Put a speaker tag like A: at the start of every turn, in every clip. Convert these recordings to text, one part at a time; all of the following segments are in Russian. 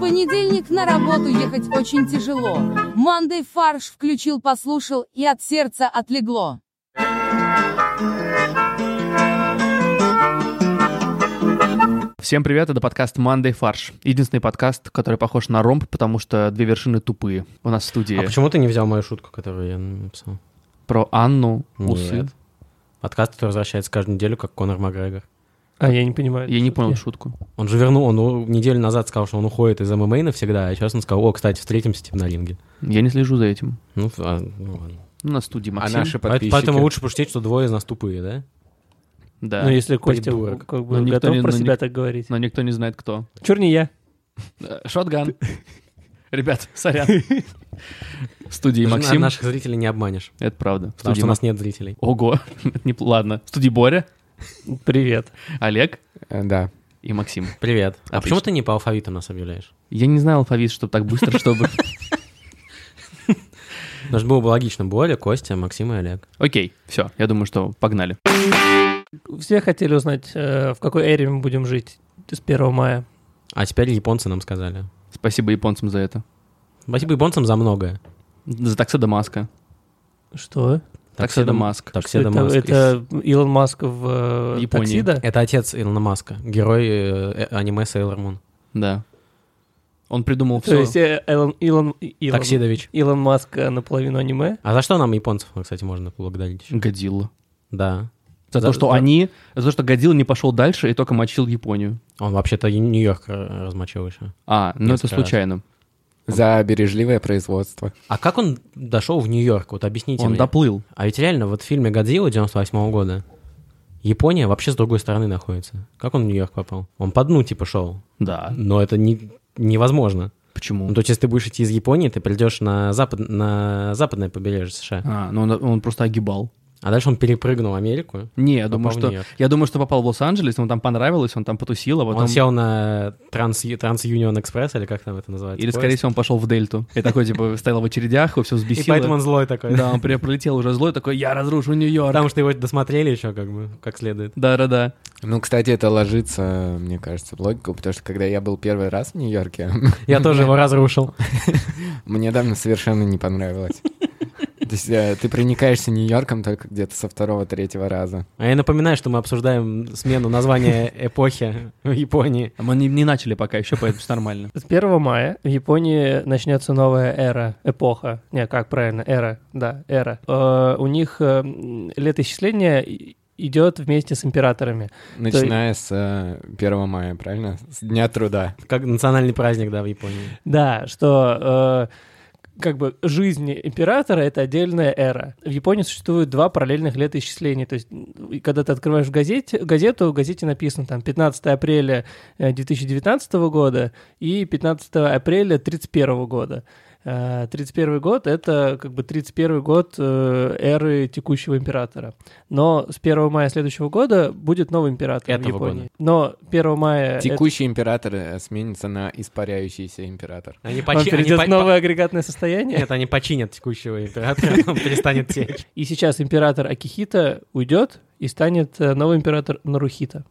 A: понедельник на работу ехать очень тяжело. Мандей фарш включил, послушал, и от сердца отлегло.
B: Всем привет, это подкаст «Мандай фарш». Единственный подкаст, который похож на ромб, потому что две вершины тупые у нас в студии.
C: А почему ты не взял мою шутку, которую я написал?
B: Про Анну,
D: Ну
B: усы.
C: Нет. Подкаст, который возвращается каждую неделю, как Конор Макгрегор.
E: А я не понимаю.
B: Я не
E: шутки.
B: понял шутку.
C: Он же вернул, он у- неделю назад сказал, что он уходит из ММА навсегда, а сейчас он сказал, о, кстати, встретимся типа на ринге.
B: Я не слежу за этим.
C: Ну, ф- а, ну ладно.
B: Ну, на студии
D: А
B: Максим.
D: наши
C: Поэт-
D: подписчики...
C: Поэтому лучше пошутить, что двое из нас тупые, да?
B: Да.
E: Ну, если Костя
C: придурок.
E: как
B: Но
E: бы
B: никто
E: готов
B: не-
E: про
B: но
E: себя
B: ник-
E: так говорить.
B: Но никто не знает, кто.
E: Чур не я.
B: Э, Шотган. Ребят, сорян. В студии
C: Ты же
B: Максим.
C: на- наших зрителей не обманешь,
B: Это правда. В
C: потому
B: студии
C: что у нас
B: Мак-
C: нет зрителей.
B: Ого. Это не- Ладно. В студии Боря,
E: Привет.
B: Олег
D: Э, Да.
B: и Максим.
C: Привет. А
B: Отлично.
C: почему ты не по алфавиту нас объявляешь?
B: Я не знаю алфавит, чтобы так быстро, чтобы...
C: Потому что было бы логично, Боря, Костя, Максим и Олег.
B: Окей, все. Я думаю, что погнали.
E: Все хотели узнать, э, в какой эре мы будем жить с 1 мая.
C: А теперь японцы нам сказали.
B: Спасибо японцам за это.
C: Спасибо японцам за многое.
B: За таксида маска.
E: Что?
B: Таксида
C: М-
B: маск.
C: Таксида
E: это,
C: Маска.
E: это Илон Маск в э,
B: Японии.
E: такси, да?
C: Это отец Илона Маска, герой э, э, аниме Sailor Moon.
B: Да. Он придумал
E: То
B: все.
E: есть э, Элон, Илон, Илон,
C: Таксидович.
E: Илон Маск э, наполовину аниме.
C: А за что нам японцев, кстати, можно поблагодарить? еще?
B: Годзилла.
C: Да.
B: За,
C: За-
B: то, что
C: за-
B: они... За то, что Годзилла не пошел дальше и только мочил Японию.
C: Он вообще-то и Нью-Йорк р- размочил еще.
B: А, ну это
C: Несколько раз.
B: случайно.
D: За бережливое производство.
C: А как он дошел в Нью-Йорк? Вот объясните
B: Он
C: мне.
B: доплыл.
C: А ведь реально, вот в фильме «Годзилла» 98 года Япония вообще с другой стороны находится. Как он в Нью-Йорк попал? Он по дну типа шел.
B: Да.
C: Но это не, невозможно.
B: Почему?
C: Ну, то есть, если ты будешь идти из Японии, ты придешь на, запад, на западное побережье США.
B: А, ну он, он просто огибал.
C: А дальше он перепрыгнул Америку.
B: Не, я думаю,
C: Попал в
B: что,
C: Нью-Йорк.
B: я думаю, что попал в Лос-Анджелес, ему там понравилось, он там потусил, а потом...
C: Он сел на Транс, Транс Юнион Экспресс, или как там это называется?
B: Или, скорее
C: поезд?
B: всего, он пошел в Дельту. И такой, типа, стоял в очередях, его все взбесило.
C: И поэтому он злой такой.
B: Да, он при- прилетел уже злой, такой, я разрушу Нью-Йорк.
C: Потому что его досмотрели еще как бы, как следует.
B: Да-да-да.
D: Ну, кстати, это ложится, мне кажется, в логику, потому что когда я был первый раз в Нью-Йорке,
C: Я тоже его разрушил.
D: мне давно совершенно не понравилось. То есть э, ты проникаешься Нью-Йорком только где-то со второго-третьего раза.
C: А я напоминаю, что мы обсуждаем смену названия эпохи в Японии.
B: А Мы не, не начали пока еще, поэтому все нормально.
E: С 1 мая в Японии начнется новая эра, эпоха. Не, как правильно, эра, да, эра. Э, у них э, м, летоисчисление и- идет вместе с императорами.
D: Начиная с э, 1 мая, правильно? С Дня труда.
C: Как национальный праздник, да, в Японии.
E: Да, что э, как бы жизнь императора — это отдельная эра. В Японии существует два параллельных летоисчисления. То есть, м, и когда ты открываешь в газете, газету, в газете написано там 15 апреля э, 2019 года и 15 апреля 31 года. Э, 31 год — это как бы 31 год э, эры текущего императора. Но с 1 мая следующего года будет новый император
C: Этого
E: в Японии. Но 1 мая... это-
D: Текущий император э, сменится на испаряющийся император.
C: Они
E: он
C: почи- они
E: перейдет
C: по-
E: в новое агрегатное
C: по-
E: состояние.
C: Нет, они починят текущего императора, он перестанет течь.
E: И сейчас император Акихита уйдет и станет э, новый император Нарухита,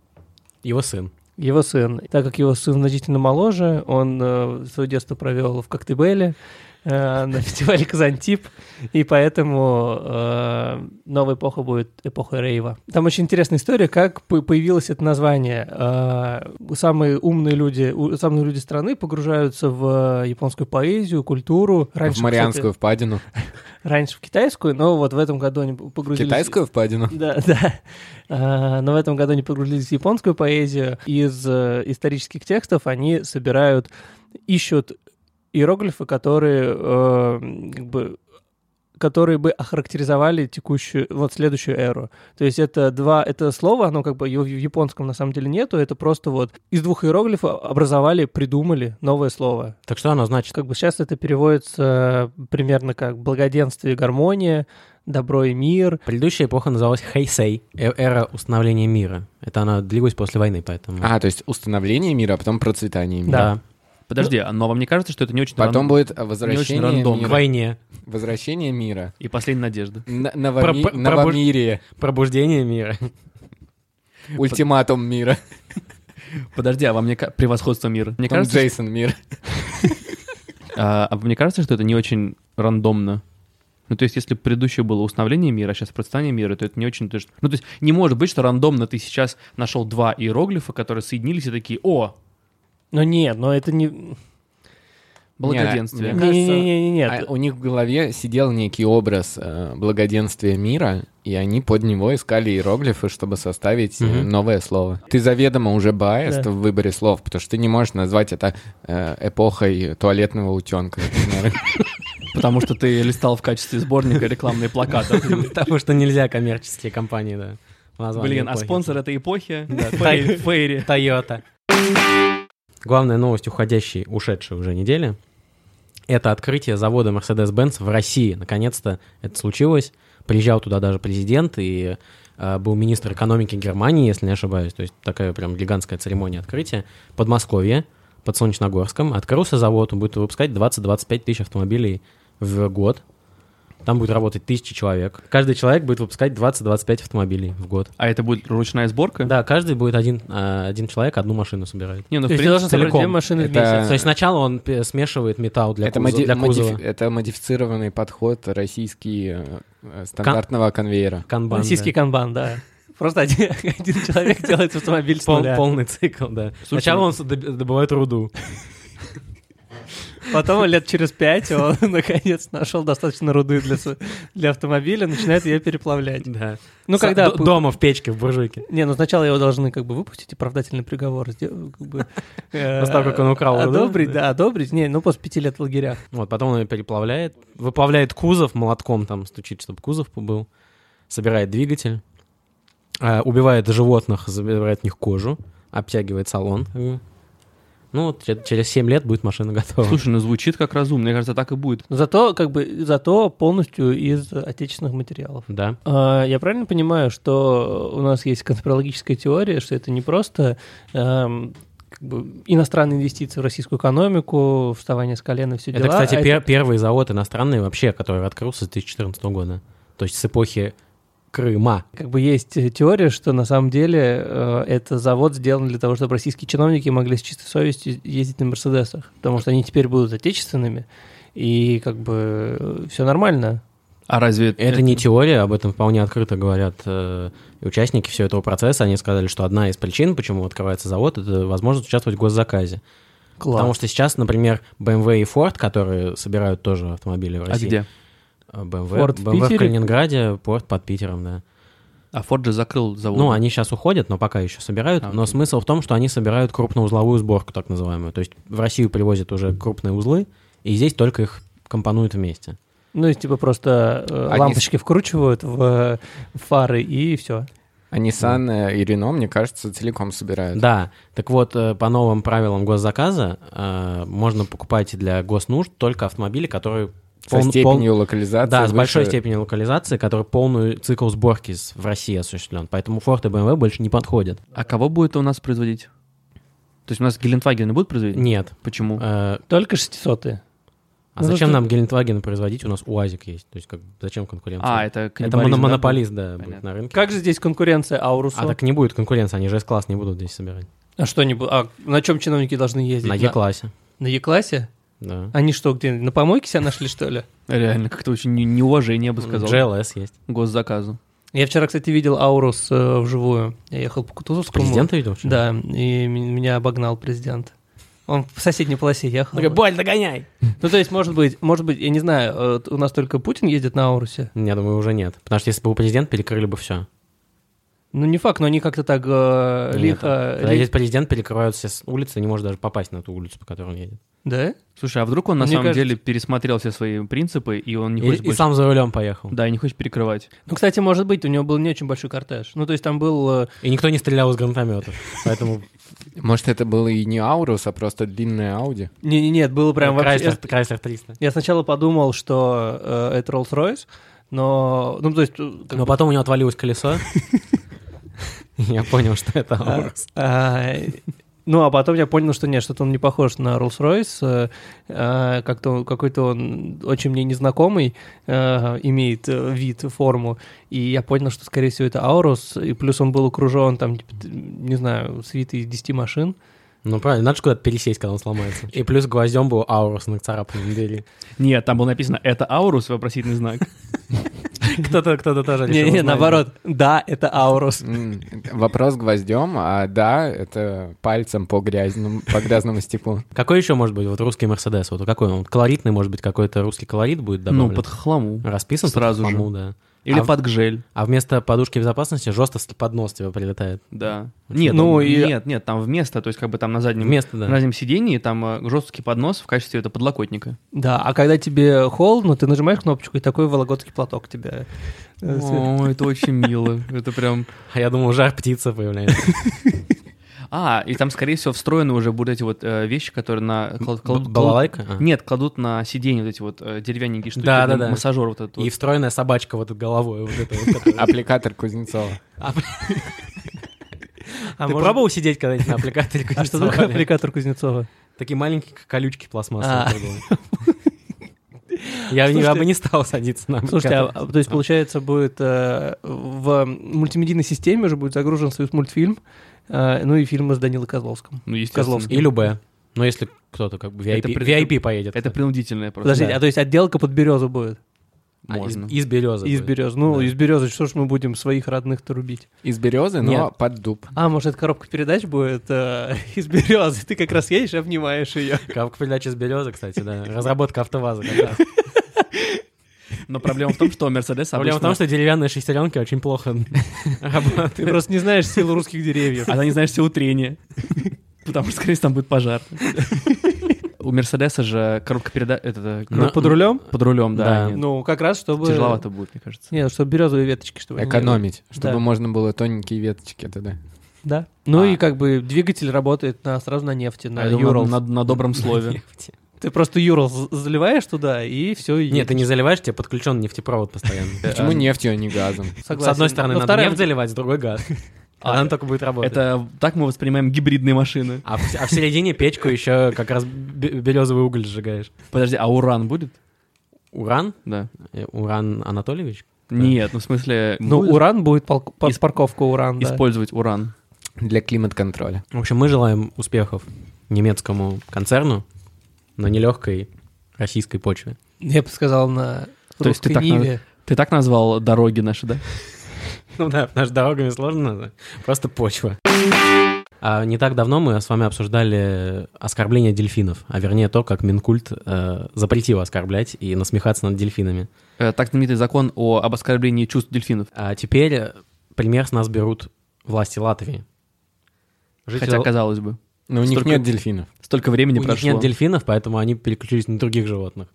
C: Его сын.
E: его сын. Так как его сын значительно моложе, он э, свое детство провел в Коктебеле, э, на фестивале Казантип, и поэтому э, новая эпоха будет эпоха рейва. Там очень интересная история, как по- появилось это название. Э, самые умные люди, у- самые люди страны погружаются в э, японскую поэзию, культуру.
D: В
E: Раньше,
D: Марианскую впадину.
E: кстати, раньше в китайскую, но вот в этом году они погрузились...
D: Китайскую впадину?
E: Да, да. А, Но в этом году они погрузились в японскую поэзию. Из э, исторических текстов они собирают, ищут иероглифы, которые э, как бы которые бы охарактеризовали текущую, вот следующую эру. То есть это два, это слово, оно как бы его в японском на самом деле нету, это просто вот из двух иероглифов образовали, придумали новое слово.
C: Так что оно значит?
E: Как бы сейчас это переводится примерно как благоденствие и гармония, добро и мир,
C: Предыдущая эпоха называлась Хэйсей, э- эра установления мира. Это она длилась после войны, поэтому...
D: А, то есть установление мира, а потом процветание мира.
C: да.
B: Подожди, а- но вам не кажется, что это не очень...
D: Потом
B: ран-
D: будет
B: очень
D: возвращение
B: рандомно.
C: К
D: мира.
C: войне.
D: Возвращение мира.
B: И последняя надежда.
D: Н-
C: Про-
D: новоми-
C: про- пробуж-
D: Новомирие.
C: Пробуждение мира.
D: Ультиматум мира.
B: Подожди, а вам не ка- превосходство мира? Мне
D: Там
B: кажется,
D: Джейсон мир.
B: А, а мне кажется, что это не очень рандомно. Ну, то есть, если предыдущее было установление мира, а сейчас процветание мира, то это не очень... то есть- Ну, то есть, не может быть, что рандомно ты сейчас нашел два иероглифа, которые соединились и такие, о,
E: Ну нет, но это не...
B: благоденствие.
D: мне кажется,
E: Не-не-не-не-не.
D: А у них в голове сидел некий образ э, благоденствия мира, и они под него искали иероглифы, чтобы составить э,
C: Мгм.
D: новое слово. Ты заведомо уже баест
E: Да.
D: в выборе слов, потому что ты не можешь назвать это э, эпохой туалетного утенка, например.
B: Потому что ты листал в качестве сборника рекламные плакаты.
C: Потому что нельзя коммерческие компании, да. в названии
B: Блин, а
C: эпохи.
B: спонсор этой эпохи?
C: Фейри.
B: Фейри.
C: Toyota. Главная новость уходящей, ушедшей уже недели — это открытие завода Mercedes-Benz в России. Наконец-то это случилось. Приезжал туда даже президент и э, был министр экономики Германии, если не ошибаюсь. То есть такая прям гигантская церемония открытия. Подмосковье, под Солнечногорском. Открылся завод, он будет выпускать 20-25 тысяч автомобилей в год. Там будет работать тысячи человек. Каждый человек будет выпускать 20-25 автомобилей в год.
B: А это будет ручная сборка?
C: Да, каждый будет один, а, один человек, одну машину собирает.
B: Не, ну,
E: То
B: в
E: есть
B: принципе,
E: ты должен собрать
C: целиком.
E: две машины в
D: Это-
E: месяц.
D: А.
C: То есть сначала он пе- смешивает металл для,
D: Это
C: кузова-
D: моди-
C: для
D: модиф-
C: кузова.
D: это модифицированный подход российский э, э, стандартного конвейера.
C: Канбан,
E: Российский
C: да.
E: канбан, да. Просто один, один человек делает автомобиль с
C: Пол-
E: нуля.
C: полный цикл, да.
B: Слушай,
C: сначала он с- доб- добывает руду.
E: Потом лет через пять он наконец нашел достаточно руды для, с- для автомобиля, начинает ее переплавлять.
C: Да.
E: Ну,
C: С-
E: когда...
C: до- дома в печке в буржуйке.
E: Не, ну сначала его должны как бы выпустить, оправдательный приговор сдел- как бы, э,
C: После того, как он украл руду,
E: Одобрить,
C: да?
E: да, одобрить. Не, ну после пяти лет в лагерях.
C: Вот, потом он ее переплавляет, выплавляет кузов молотком, там стучит, чтобы кузов был, собирает двигатель, а, убивает животных, забирает в них кожу, обтягивает салон. как бы. Ну, вот че- через 7 лет будет машина готова.
B: Слушай, ну звучит как разумно. Мне кажется, так и будет.
E: Но зато как бы зато полностью из отечественных материалов.
C: Да.
E: А, Я правильно понимаю, что у нас есть конспирологическая теория, что это не просто эм, как бы, иностранные инвестиции в российскую экономику, вставание с колен и все
C: Это,
E: дела.
C: кстати,
E: а
C: пер- первый завод иностранный вообще, который открылся с 2014 года. То есть с эпохи Крыма.
E: Как бы есть э, теория, что на самом деле э, это завод сделан для того, чтобы российские чиновники могли с чистой совестью ездить на Мерседесах, потому что они теперь будут отечественными, и как бы все нормально.
B: А разве
C: Это не теория, об этом вполне открыто говорят э, и участники всего этого процесса. Они сказали, что одна из причин, почему открывается завод, это возможность участвовать в госзаказе.
E: Класс.
C: Потому что сейчас, например, BMW и Ford, которые собирают тоже автомобили в
B: А
C: России.
B: где?
C: А BMW,
E: Ford в
C: BMW в,
E: Питере?
C: Калининграде, Ford под Питером, да.
B: А Ford же закрыл завод.
C: Ну, они сейчас уходят, но пока еще собирают.
B: А,
C: но
B: окей.
C: смысл в том, что они собирают крупноузловую сборку, так называемую. То есть в Россию привозят уже крупные узлы, и здесь только их компонуют вместе.
E: Ну, и типа просто э,
D: Они-
E: лампочки вкручивают в э, фары, и все.
D: А Nissan э, и Renault, мне кажется, целиком собирают.
C: Да. Так вот, э, по новым правилам госзаказа э, можно покупать для госнужд только автомобили, которые...
D: Со
C: пол- пол-
D: степенью локализации.
C: Да, с большой
D: выше-
C: степенью локализации, который полный цикл сборки с- в России осуществлен. Поэтому Ford и BMW больше не подходят.
B: А кого будет у нас производить? То есть у нас Гелендвагены будут производить?
C: Нет.
B: Почему?
C: Э,
E: Только 600
C: А
E: Ну,
C: зачем
E: просто-
C: нам Гелендваген производить? У нас УАЗик есть. То есть как, зачем конкуренция?
B: А, это
C: Это
B: каннибализм,
C: моно-
B: да,
C: монополист, да,
B: Понятно.
C: будет на рынке.
E: Как же здесь конкуренция Аурусу?
C: А так не будет конкуренции, они же С-класс не будут здесь собирать.
E: А что нибудь А на чем чиновники должны ездить?
C: На Е-классе.
E: На Е-классе?
C: Да.
E: Они что, где на помойке себя нашли, что ли?
B: будет? Реально, как-то очень не- неуважение, я
C: Ну,
B: бы сказал,
C: GLS есть.
B: госзаказу.
E: Я вчера, кстати, видел Аурус э, вживую. Я ехал по Кутузовскому.
C: Президента видел? вчера?
E: Да, и м- меня обогнал президент. Он в соседней полосе ехал.
C: Он такой, Боль, догоняй!
E: Ну, то есть, может быть, может быть, я не знаю, э, т- у нас только Путин ездит на Аурусе.
C: Я думаю, уже нет. Потому что если бы был президент, перекрыли бы все.
E: Ну, не факт, но они как-то так э, лихо...
C: Когда
E: ли-
C: есть президент, перекрывают все с- улицы, не может даже попасть на ту улицу, по которой он едет.
E: Да?
B: Слушай, а вдруг он на
E: Мне
B: самом
E: кажется-
B: деле пересмотрел все свои принципы, и он не
C: И,
B: хочет
C: и
B: больше...
C: сам за рулем поехал.
B: Да, и не хочет перекрывать.
E: Ну, кстати, может быть, у него был не очень большой кортеж. Ну, то есть, там был... э,
C: И никто не стрелял из гранатометов. Поэтому
D: Может, это было и не Аурус, а просто длинная Ауди?
E: Не, не, нет, было прям вообще...
C: Крайслер Крайслер 300.
E: Я сначала подумал, что э, это Rolls-Royce, но... Ну, то есть... э, как
C: Но
E: бы-
C: потом у него отвалилось колесо. Я понял, что это Аурус.
E: А, Ну, а потом я понял, что нет, что-то он не похож на Rolls-Royce. э, э, Как-то он- какой-то он очень мне незнакомый э, имеет э, вид, форму. И я понял, что, скорее всего, это Аурус. И плюс он был окружен, там, типа, т- не знаю, свитой из 10 машин.
C: Ну правильно, надо же куда-то пересесть, когда он сломается. И плюс гвоздем был аурус на царапанной двери.
B: Нет, там было написано «Это Аурус?» вопросительный знак.
C: Кто-то кто-то тоже решил
E: Не-не,
C: узнать.
E: наоборот. Да, это Аурус.
D: М, Вопрос гвоздем, а да, это пальцем по грязному, по грязному стеклу.
C: Какой еще может быть вот русский Мерседес? Вот какой он? Колоритный, может быть, какой-то русский колорит будет добавлен?
B: Ну, под хламу.
C: Расписан
B: сразу
C: под
B: же.
C: хламу, да.
B: Или
C: А в-
B: под гжель,
C: А вместо подушки безопасности жестко поднос тебе типа прилетает.
B: да. Нет,
E: Ну
B: ну,
E: и-
B: нет, нет, там вместо, то есть как бы там на заднем,
C: Вместо,
B: на
C: да.
B: заднем сидении там э, жесткий поднос в качестве это подлокотника.
E: Да, а когда тебе холодно, ты нажимаешь кнопочку, и такой вологодский платок тебе. э, сверху.
B: О, это очень мило, это прям...
C: А я думал, жар птица появляется.
B: А, и там, скорее всего, встроены уже будут эти вот э, вещи, которые на... клад-
C: Б-
B: кладут-
C: Балалайка? А.
B: Нет, кладут на сиденье вот эти вот э, деревянненькие штуки,
C: Да,
B: для
C: да, да.
B: массажер вот этот
C: И
B: вот.
C: встроенная собачка вот головой. Вот это вот, которая-
D: Аппликатор Кузнецова.
B: А
C: Ты
E: а может-
C: пробовал сидеть когда-нибудь на аппликаторе?
E: А что такое
C: Кузнецова?
E: аппликатор Кузнецова?
C: Такие маленькие к- колючки
E: А.
C: пластмассовые. придумал. Я, не- я бы не стал садиться на
E: Слушайте, а,
C: аппликатор.
E: а, то есть, получается, будет э, в мультимедийной системе уже будет загружен союз мультфильм, э, ну и фильмы с Данилой Козловским.
B: Ну, естественно.
E: Козловский.
C: И любе. Но если кто-то как бы VIP,
B: Это при-
C: VIP поедет.
B: Это принудительное просто.
E: Подождите,
C: Да.
E: а то есть отделка под березу будет?
C: А, из-
B: Можно.
C: Из березы.
E: из
C: будет.
E: березы. Ну,
C: Да.
E: из березы, что ж мы будем своих родных-то рубить?
D: Из березы, но
E: Нет.
D: под дуб.
E: А, может, это коробка передач будет э, из березы? Ты как раз едешь и обнимаешь ее.
C: Коробка передач из березы, кстати, да. Разработка автоваза. как раз.
B: Но проблема в том, что Мерседес
C: Проблема в том, что деревянные шестеренки очень плохо работают.
E: Ты просто не знаешь силу русских деревьев.
B: Она не знаешь все утрение. Потому что, скорее всего, там будет пожар. У Мерседеса же коробка переда... это,
C: Ну,
E: Ну,
B: коробка
E: под рулем?
B: под рулем,
C: да.
B: да. нет.
E: Ну, как раз, чтобы...
B: Тяжеловато будет, мне кажется.
E: Нет, чтобы березовые веточки, чтобы... они-
D: Экономить, чтобы
E: Да.
D: можно было тоненькие веточки тогда.
E: Да. Ну
B: А.
E: и как бы двигатель работает на, сразу на нефти, на
B: Я думаю,
E: Юрал.
B: на, А, на добром слове.
C: Нефти.
E: Ты просто Юрал з- заливаешь туда, и все.
C: Нет, ты не заливаешь, тебе подключен нефтепровод постоянно.
D: Почему нефтью, а не газом?
C: С одной стороны, надо
E: вторая...
C: нефть заливать, с другой газ.
B: А,
C: А она только будет работать.
B: Это так мы воспринимаем гибридные машины.
C: А в, а в середине печку еще как раз бе- березовый уголь сжигаешь.
B: Подожди, а уран будет?
C: Уран?
B: Да.
C: Э, Уран Анатольевич?
B: Нет, ну в смысле...
E: Ну,
B: будет
E: уран будет, полк- пар-
B: Исп-
E: парковка уран, да.
B: Использовать уран.
D: Для климат-контроля.
C: В общем, мы желаем успехов немецкому концерну на нелегкой российской почве.
E: Я бы сказал на
B: То есть ты
E: русской
B: так на-
E: Ниве.
B: Ты так назвал дороги наши, да?
C: Ну да, потому что дорогами сложно, да. просто почва. А не так давно мы с вами обсуждали оскорбление дельфинов, а вернее то, как Минкульт э, запретил оскорблять и насмехаться над дельфинами.
B: Э, Так знаменитый закон о об оскорблении чувств дельфинов.
C: А теперь э, пример с нас берут власти Латвии. Жители
B: Хотя, казалось бы,
D: Но у них
B: Столько-
D: нет дельфинов.
B: столько времени
C: У них
B: прошло.
C: нет дельфинов, поэтому они переключились на других животных.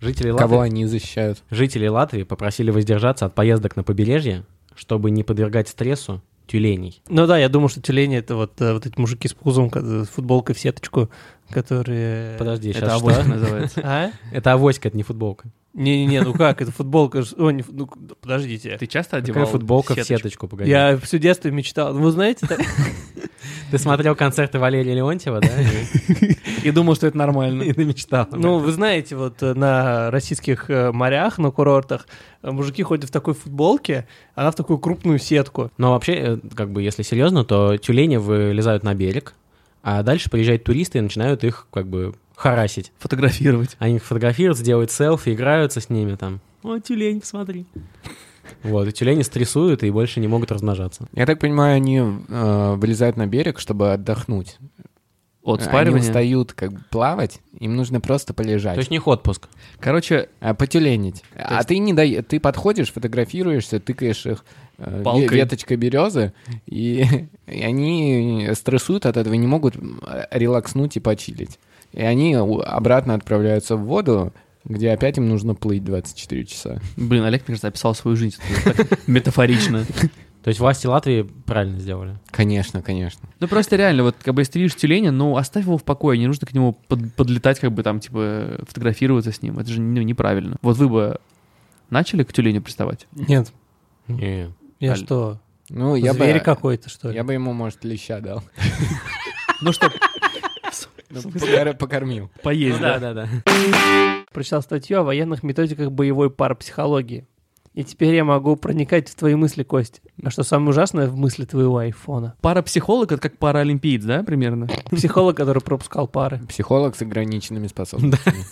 C: Жители Латвии,
D: Кого они защищают?
C: жители Латвии попросили воздержаться от поездок на побережье, чтобы не подвергать стрессу тюленей.
E: Ну да, я думал, что тюлени — это вот, э, вот эти мужики с пузом, ко- э, с футболкой в сеточку, которые...
C: Подожди,
B: Это
C: сейчас
B: авось
C: что?
B: называется.
E: А?
C: Это авоська, это не футболка.
E: Не-не-не, ну как, это футболка... ж- О, не фу- ну, подождите.
B: Ты часто одевал
C: Какая футболка в
B: сеточку?
C: сеточку, погоди.
E: Я все детство мечтал. ну Вы знаете, так-
C: Ты смотрел концерты Валерия Леонтьева, да? И-
B: И думал, что это нормально.
C: И намечтал.
E: ну, вы знаете, вот э, на российских э, морях, на курортах, э, мужики ходят в такой футболке, а она в такую крупную сетку.
C: Но вообще, э, как бы, если серьезно, то тюлени вылезают на берег, а дальше приезжают туристы и начинают их, как бы, харасить.
B: Фотографировать.
C: Они их фотографируют, делают селфи, играются с ними там. О, тюлень, посмотри. Вот, и тюлени стрессуют и больше не могут размножаться.
D: Я так понимаю, они э, вылезают на берег, чтобы отдохнуть.
B: От
D: Они
B: спаривания.
D: устают как бы плавать, им нужно
C: То
D: просто полежать,
C: есть у них отпуск.
B: Короче,
D: а, потюленить. А ты не дай, ты подходишь, фотографируешься, тыкаешь их э, ве-
B: Палкой.
D: веточкой березы, и, и они стрессуют от этого, и не могут м, релакснуть и почилить. И они у- обратно отправляются в воду, где опять им нужно плыть 24 часа.
B: блин, Олег, мне кажется, описал свою жизнь так метафорично.
C: То есть власти Латвии правильно сделали.
D: Конечно, конечно.
B: Ну просто реально, вот как бы если ты видишь тюленя, ну оставь его в покое, не нужно к нему под- подлетать, как бы там, типа, фотографироваться с ним. Это же ну, неправильно. Вот вы бы начали к тюленю приставать?
E: Нет,
C: Не.
E: я
B: Аль-
E: что,
D: Ну, я
E: зверь
D: бы...
E: какой-то, что ли?
D: Я бы ему, может, леща дал.
B: Ну что,
D: Ну, покор- Покормил.
B: поесть,
C: Ну да, А да, да.
E: прочитал статью о военных методиках боевой парапсихологии. И теперь я могу проникать в твои мысли, Кость. А что самое ужасное в мысли твоего айфона?
B: Парапсихолог — это как паралимпиец, да, примерно?
E: Психолог, который пропускал пары.
D: Психолог с ограниченными способностями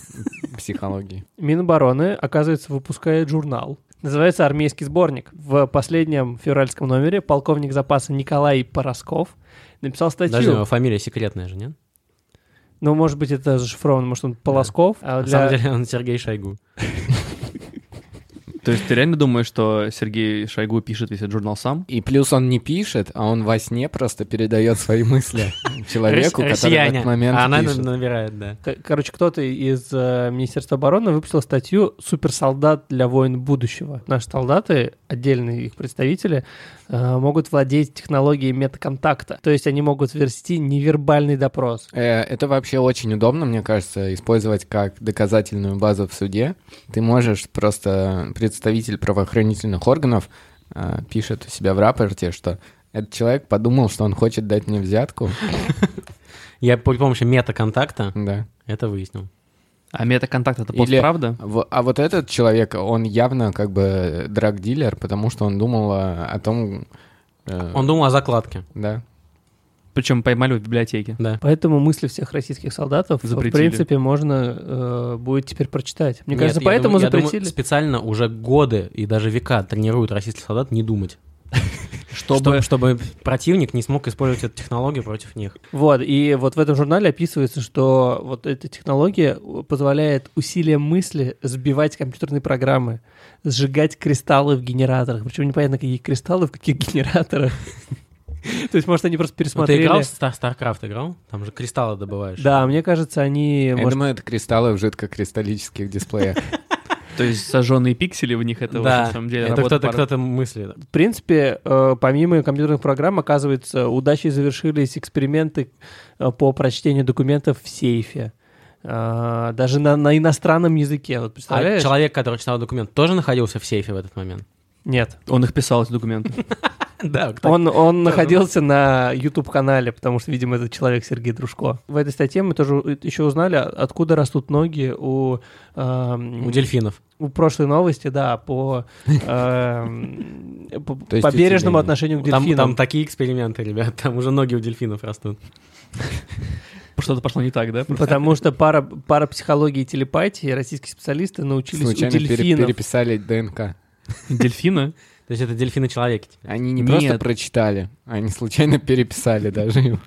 D: психологии.
E: Минобороны, оказывается, выпускает журнал. Называется «Армейский сборник». В последнем февральском номере полковник запаса Николай Поросков написал статью.
C: Подожди, у него фамилия секретная же, нет?
E: Ну, может быть, это зашифровано, может, он Полосков. А
C: На
E: для-
C: самом деле он Сергей Шойгу.
B: То есть ты реально думаешь, что Сергей Шойгу пишет весь этот журнал сам?
D: И плюс он не пишет, а он во сне просто передает свои мысли человеку, который в этот
C: А
D: момент
C: она
D: пишет.
C: набирает, да.
E: К- Короче, кто-то из э, Министерства обороны выпустил статью «Суперсолдат для войн будущего». Наши солдаты, отдельные их представители, э, могут владеть технологией метаконтакта. То есть они могут вести невербальный допрос.
D: Э, Это вообще очень удобно, мне кажется, использовать как доказательную базу в суде. Ты можешь просто представитель правоохранительных органов э, пишет у себя в рапорте, что этот человек подумал, что он хочет дать мне взятку.
C: Я при помощи мета-контакта
D: Да.
C: это выяснил.
B: А метаконтакт — это
D: Или-
B: постправда?
D: В- А вот этот человек, он явно как бы драг-дилер, потому что он думал э, о том... э,
C: Он думал о закладке,
D: Да.
B: Причем поймали в библиотеке.
C: да.
E: Поэтому мысли всех российских солдатов,
B: Запретили.
E: в принципе, можно э, будет теперь прочитать. Мне
C: Нет,
E: кажется,
C: я
E: поэтому
C: думаю- я думаю,
E: запретили.
C: специально уже годы и даже века тренируют российских солдат не думать. Чтобы... Чтобы противник не смог использовать эту технологию против них. Ну,
E: Вот, и вот в этом журнале описывается, что вот эта технология позволяет усилием мысли сбивать компьютерные программы, сжигать кристаллы в генераторах. Причем непонятно, какие кристаллы в каких генераторах. То есть, может, они просто
C: Ну, ты
E: пересмотрели...
C: играл в Star- StarCraft играл? Там же кристаллы добываешь.
E: Да, мне кажется, они...
D: Я
E: может,
D: думаю, это кристаллы в жидкокристаллических дисплеях.
B: То есть сожженные пиксели в них — это
C: Да.
B: на самом деле
C: это
B: работа
C: кто-то,
B: пар-
C: кто-то мыслит.
E: В принципе, э, помимо компьютерных программ, оказывается, удачей завершились эксперименты э, по прочтению документов в сейфе. Э, Даже на, на иностранном языке. Вот
C: А
E: представляешь?
C: человек, который читал документ, тоже находился в сейфе в этот момент?
E: Нет.
B: Он их писал, эти документы.
C: Да,
E: Он, он находился на YouTube-канале, потому что, видимо, этот человек Сергей Дружко. В этой статье мы тоже у- еще узнали, а- откуда растут ноги у, эм,
C: у дельфинов.
E: у прошлой новости, да, по, эм, по,
D: То есть
E: по
D: у
E: бережному
D: тюленей.
E: отношению к
C: Там,
E: дельфинам.
C: там такие эксперименты, ребят, там уже ноги у дельфинов растут.
B: Что-то пошло не так, да?
E: Потому что пара, пара психологии и телепатии российские специалисты научились
D: Случайно
E: у
D: пере-
E: дельфинов.
D: переписали ДНК.
B: Дельфина?
C: То есть это дельфины-человеки. теперь.
D: Они не
B: Нет.
D: просто прочитали, они случайно переписали даже его.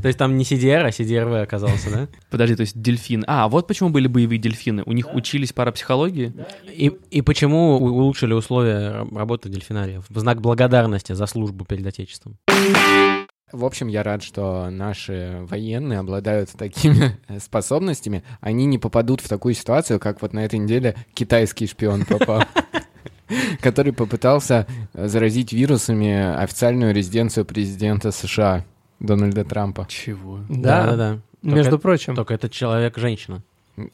C: То есть там не CDR, а CDRV оказался, да?
B: Подожди, то есть дельфин. А, вот почему были боевые дельфины. У них учились парапсихологии?
C: И, и почему у- улучшили условия раб- работы дельфинариев? В знак благодарности за службу перед Отечеством.
D: В общем, я рад, что наши военные обладают такими способностями. Они не попадут в такую ситуацию, как вот на этой неделе китайский шпион попал, который попытался э, заразить вирусами официальную резиденцию президента США Дональда Трампа.
B: Чего?
E: Да,
C: да.
E: между
C: Только-
E: прочим.
C: Только этот человек женщина.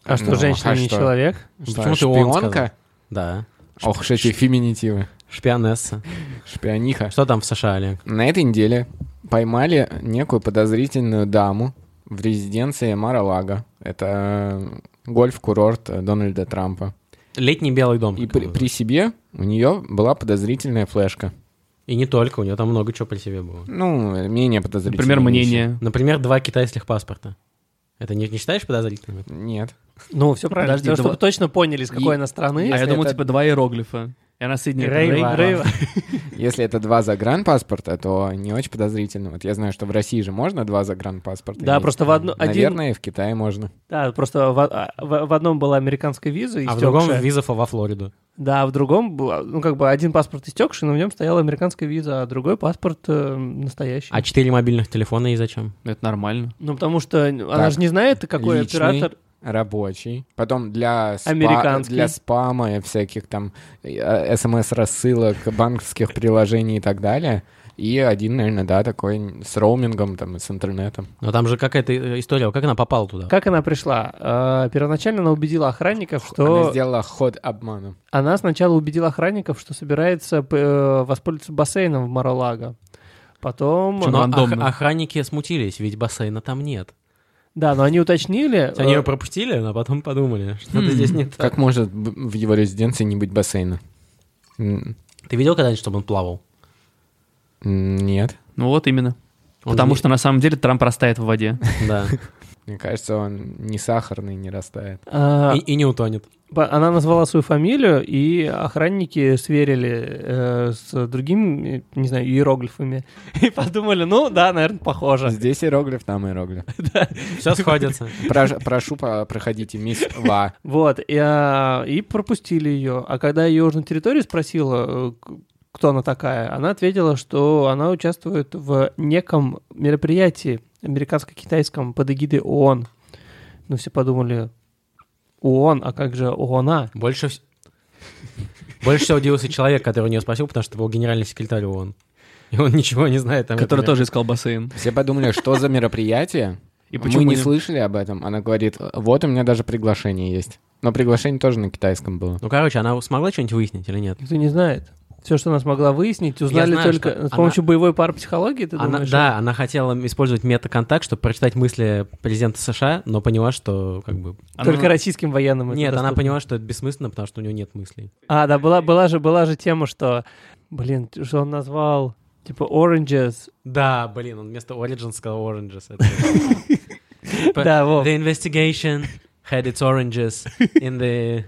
E: А что,
D: Ну,
E: женщина
D: а
E: не
D: что?
E: человек?
D: Что,
C: Почему ты он сказал?
D: шпионка?
C: Да.
D: Ох, уж эти феминитивы.
C: Шпионесса.
D: Шпиониха.
C: Что там в США, Олег?
D: На этой неделе поймали некую подозрительную даму в резиденции Мара-Лага. Это э, гольф-курорт э, Дональда Трампа.
C: Летний Белый дом. как
D: И
C: его
D: при,
C: зовут.
D: при себе у нее была подозрительная флешка.
C: И не только, у него там много чего при себе было.
D: Ну, э, менее подозрительная.
B: Например,
D: вещи.
B: мнение.
C: Например, два китайских паспорта. Это не, не считаешь подозрительным?
D: Нет.
E: Ну, все правильно.
B: Подожди,
E: Потому что
B: два-
E: Чтобы точно поняли, из какой
D: И-
E: она страны.
B: А я
D: Если
B: думал,
D: это-
B: типа, два иероглифа. И она соединяет.
E: Рейва.
B: Рейва.
D: Если это два загранпаспорта, то не очень подозрительно. Вот я знаю, что в России же можно два загранпаспорта.
E: Да,
D: иметь.
E: просто в одну- один-
D: Наверное, и в Китае можно.
E: Да, просто в, а, в- в одном была американская
C: А
E: виза,
C: в
E: истекшая.
C: другом виза во Флориду.
E: Да, в другом, была- ну, как бы один паспорт истекший, но в нем стояла американская виза, а другой паспорт э, настоящий.
C: А четыре мобильных телефона и зачем?
B: Это нормально.
E: Ну, потому что она же не знает, какой
D: личный.
E: оператор.
D: Рабочий. Потом для, спа-
E: Американский.
D: для спама и всяких там э, смс-рассылок, банковских приложений и так далее. И один, наверное, да, такой с роумингом, там, и с интернетом.
C: Но там же какая-то э, история, как она попала туда?
E: Как она пришла? Э, Первоначально она убедила охранников,
D: Она
E: что...
D: сделала ход обманом.
E: Она сначала убедила охранников, что собирается э, воспользоваться бассейном в Маралаго. Потом...
B: Чё,
C: Но
B: рандомно.
C: ох- охранники смутились, ведь бассейна там нет.
E: Да, но они уточнили...
C: Они
E: э,
C: ее пропустили, но потом подумали, что-то здесь не так.
D: Как может б- в его резиденции не быть бассейна? М,
C: Ты видел когда-нибудь, чтобы он плавал?
D: м, Нет.
B: Ну вот именно.
C: Он
B: Потому
C: не-
B: что на самом деле Трамп растает в воде.
C: Да.
D: Мне кажется, он не сахарный, не растает.
E: а,
C: И и не утонет.
E: По- Она назвала свою фамилию, и охранники сверили э, с другими, э, не знаю, иероглифами. И подумали, ну да, наверное, похоже.
D: Здесь иероглиф, там иероглиф.
C: Все сходится.
D: Прош- Прошу, по- проходите, мисс Ва.
E: Вот, и, а, и пропустили ее. А когда ее южную территорию спросила, э, к- кто она такая, она ответила, что она участвует в неком мероприятии американско-китайском под эгидой ООН. Ну, все подумали, ООН, а как же ООНа?
C: Больше вс- Больше всего удивился человек, который у нее спросил, потому что это был генеральный секретарь ООН. И он ничего не знает. там,
B: Который
C: например.
B: тоже искал бассейн.
D: Все подумали, что за мероприятие?
B: И
D: А Мы не
B: не-
D: слышали об этом. Она говорит, вот у меня даже приглашение есть. Но приглашение тоже на китайском было.
C: Ну, короче, она смогла что-нибудь выяснить или нет?
E: Никто не знает. Все, что она смогла выяснить, узнали
C: знаю,
E: только
C: что
E: с помощью
C: она-
E: боевой парапсихологии, ты
C: Она-
E: думаешь?
C: да, она хотела использовать метаконтакт, чтобы прочитать мысли президента США, но поняла, что как бы...
B: Она-
E: Только российским военным это
C: Нет, она
E: доступно.
C: поняла, что это бессмысленно, потому что у нее нет мыслей.
E: А, да, была, была, же, была же тема, что, блин, что он назвал, типа, oranges.
C: Да, блин, он вместо Origins сказал Oranges. Это- П-
E: Да, Вов.
C: The investigation had its oranges in the...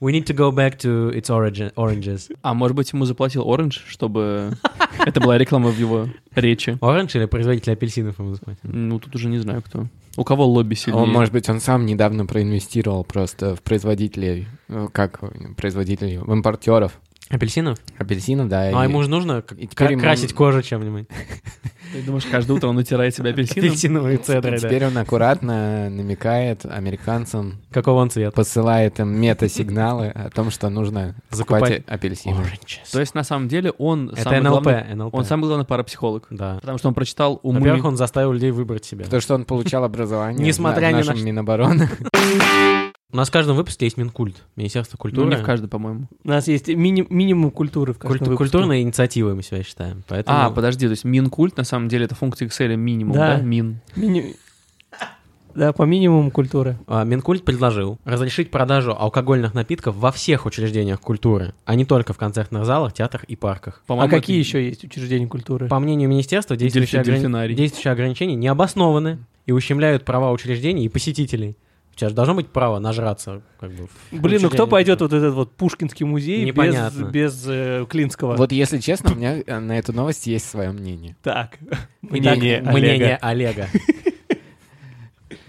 C: We need to go back to its origin, oranges.
B: А может быть, ему заплатил Оранж, чтобы это была реклама в его речи.
C: Оранж или производитель апельсинов ему заплатил?
B: Ну, тут уже не знаю кто. У кого лобби сильнее?
D: Он, может быть, он сам недавно проинвестировал просто в производителей, э, как э, производителей, в импортеров
C: Апельсинов?
D: апельсинов, да.
C: Ну, а
D: и-
C: ему же нужно к-
D: и теперь
C: кра-
D: ему-
C: красить кожу чем-нибудь.
B: Ты думаешь, каждое утро он натирает себя апельсином?
C: Апельсиновые
D: и
C: цедры, да.
D: Теперь он аккуратно намекает американцам,
C: Какого он цвета?
D: посылает им мета-сигналы о том, что нужно
C: Закупать
D: закупать апельсины.
C: Oranges.
B: То есть, на самом деле, он
C: Это
B: самый
C: НЛП,
B: главный-
C: НЛП.
B: Он самый главный парапсихолог.
C: Да.
B: Потому что он прочитал умы...
C: Во-первых, он заставил людей выбрать себя.
D: То, что он получал образование
C: Несмотря
D: в
C: ни на
D: нашем
C: что.
D: Минобороны.
C: У нас в каждом выпуске есть Минкульт, Министерство
B: Ну,
C: культуры.
B: не в каждом, по-моему.
E: У нас есть мини- минимум культуры в каждом
C: Культ-
E: выпуске.
C: Культурные инициативы мы себя считаем. Поэтому...
B: А, подожди, то есть мин-культ, на самом деле, это функция Excel минимум,
E: Да.
B: да? Мин.
E: Мини- Да, по минимуму культуры.
C: А, Минкульт предложил разрешить продажу алкогольных напитков во всех учреждениях культуры, а не только в концертных залах, театрах и парках.
E: А
B: По-моему,
E: какие
B: это-
E: еще есть учреждения культуры?
C: По мнению министерства, действующие, ограни-
B: дельфинарий.
C: действующие ограничения не обоснованы и ущемляют права учреждений и посетителей. У тебя же должно быть право нажраться. Как бы, в
E: Блин, ну кто
C: учреждении
E: пойдет
C: культуры.
E: вот этот вот Пушкинский музей без,
C: Непонятно.
E: без э, Клинского?
D: Вот если честно, у меня э, на эту новость есть свое мнение.
E: так.
C: Мнение,
E: Итак,
C: мнение Олега.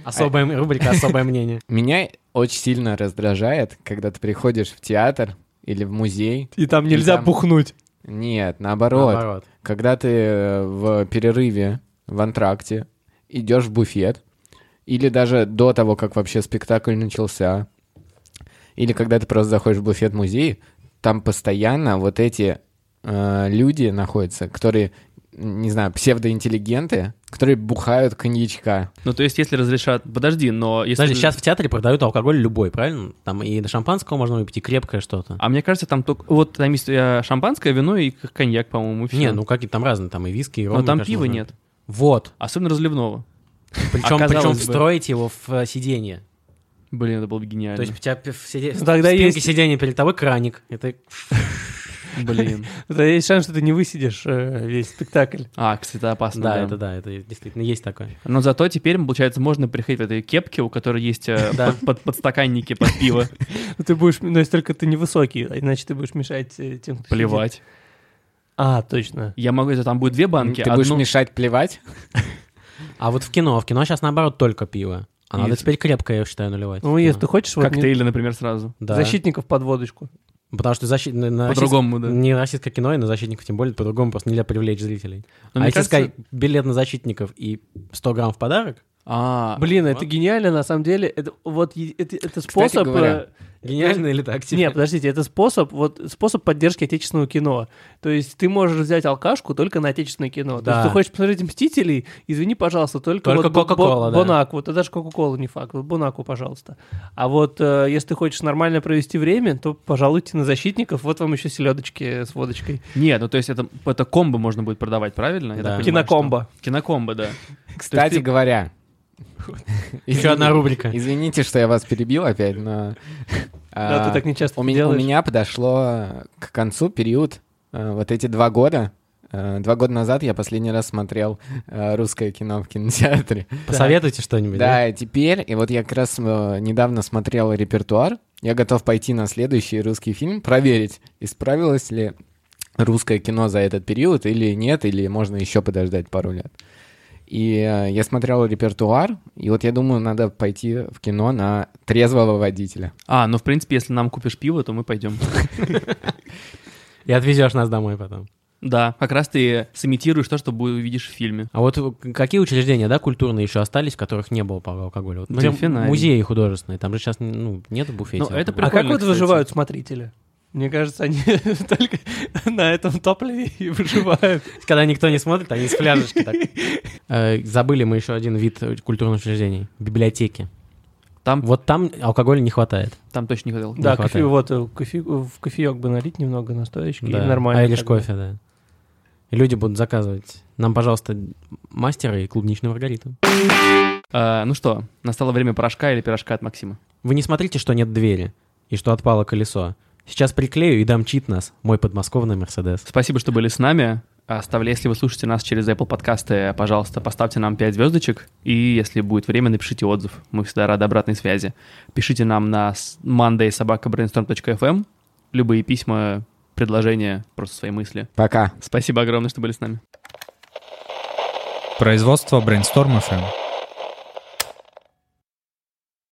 C: Особая м- рубрика «Особое мнение».
D: Меня очень сильно раздражает, когда ты приходишь в театр или в музей.
E: И там нельзя
D: И там-
E: бухнуть.
D: Нет, наоборот.
C: Наоборот.
D: Когда ты э, в перерыве в антракте идешь в буфет, или даже до того, как вообще спектакль начался, или когда ты просто заходишь в буфет музея, там постоянно вот эти э, люди находятся, которые, не знаю, псевдоинтеллигенты, которые бухают коньячка.
B: Ну, то есть, если разрешат... Подожди, но если...
C: Подожди, сейчас в театре продают алкоголь любой, правильно? Там и до шампанского можно выпить, и крепкое что-то.
B: А мне кажется, там только... Вот там есть э, шампанское, вино и к- коньяк, по-моему, и всё.
C: Не, ну какие там разные, там и виски, и ром.
B: Но
C: мне
B: там
C: кажется,
B: пива
C: можно.
B: нет.
C: Вот.
B: Особенно разливного.
C: Причем,
B: Оказалось
C: причем
B: бы.
C: встроить его в э, сиденье.
B: Блин, это было бы гениально.
C: То есть у тебя пи- в, сиде...
E: Ну, тогда
C: в спинке
E: есть-
C: сиденья перед тобой краник. И ты-
B: Блин.
E: Да есть шанс, что ты не высидишь э, весь спектакль.
B: А, кстати, это опасно.
C: Да, это да, это действительно есть такое.
B: Но зато теперь, получается, можно приходить в этой кепке, у которой есть э,
C: Да.
B: под- под- подстаканники под пиво.
E: Ну, Ты будешь, ну, если только ты невысокий, а иначе ты будешь мешать э, тем, кто сидит.
B: Плевать.
E: А, точно.
B: Я могу... это Там будет две банки.
D: ты будешь
B: одну-
D: мешать плевать?
C: А вот в кино, в кино сейчас наоборот только пиво. А
B: И-
C: надо теперь крепкое, я считаю, наливать.
E: Ну,
C: в кино.
E: если ты хочешь, вот не-
B: Коктейли, например, сразу.
C: Да.
E: защитников под водочку.
C: Потому что защит... на- на
B: По-другому,
C: российс-
B: да.
C: Не российское кино, и на защитников тем более, по-другому просто нельзя привлечь зрителей.
B: Но
C: а
B: мне
C: если
B: кажется-
C: сказать билет на защитников и 100 грамм в подарок,
B: А,
E: Блин, это гениально, на самом деле. Это вот е- это, это способ. э,
D: говоря,
C: гениально или так? типа?
E: Нет, подождите, это способ, вот способ поддержки отечественного кино. То есть ты можешь взять алкашку только на отечественное кино. То
C: Да.
E: есть ты хочешь посмотреть «Мстителей», извини, пожалуйста, только,
C: Только
E: вот Бо-
C: Кока-Кола,
E: Бо-
C: да.
E: Бонакву. Да даже Кока-Кола не факт, вот Бонакву, пожалуйста. А вот э, если ты хочешь нормально провести время, то, пожалуйте, на «Защитников», вот вам еще селедочки с водочкой.
B: Нет, ну то есть это, это комбо можно будет продавать, правильно? Я
C: Да.
B: так понимаю,
E: Кинокомбо.
B: что- Кинокомбо, да.
D: Кстати
B: ты-
D: говоря,
C: Еще одна рубрика.
D: Извините, что я вас перебил опять, но... а,
E: Да, ты так не часто
D: У меня, у
E: делаешь.
D: меня подошло к концу период, э, вот эти два года. Э, Два года назад я последний раз смотрел э, русское кино в кинотеатре.
C: Посоветуйте что-нибудь.
D: Да, и теперь, и вот я как раз э, недавно смотрел репертуар. Я готов пойти на следующий русский фильм, проверить, исправилось ли русское кино за этот период или нет, или можно еще подождать пару лет. И э, я смотрел репертуар, и вот я думаю, надо пойти в кино на трезвого водителя.
B: А, ну, в принципе, если нам купишь пиво, то мы пойдем.
C: И отвезешь нас домой потом.
B: Да, как раз ты сымитируешь то, что бу- увидишь в фильме.
C: А вот какие учреждения, да, культурные еще остались, в которых не было по алкоголю? Вот, например,
B: Дельфинарий.
C: музеи художественные, там же сейчас ну, нет буфетов.
B: Ну, это
E: А как
B: Прикольно,
E: вот
B: кстати.
E: выживают смотрители? Мне кажется, они только на этом топливе и выживают.
C: Когда никто не смотрит, они с пляжечки так. Э, Забыли мы еще один вид э, культурных учреждений. Библиотеки.
B: Там,
C: Вот там алкоголя не хватает.
B: там точно не хватало.
E: Да,
C: хватает.
E: кофе, вот э, кофе- в кофеек бы налить немного на стоечке, и
C: Да.
E: нормально.
C: А или ж
E: как бы.
C: кофе, да. И Люди будут заказывать. Нам, пожалуйста, мастера и клубничную маргариту.
B: А, ну что, настало время порошка или пирожка от Максима?
C: Вы не смотрите, что нет двери и что отпало колесо. Сейчас приклею и дам чит нас, мой подмосковный Мерседес.
B: Спасибо, что были с нами. Оставляй, если вы слушаете нас через Apple подкасты, пожалуйста, поставьте нам 5 звездочек. И если будет время, напишите отзыв. Мы всегда рады обратной связи. Пишите нам на с- monday.sobaka.brainstorm.fm любые письма, предложения, просто свои мысли.
D: Пока.
B: Спасибо огромное, что были с нами.
F: Производство Brainstorm FM.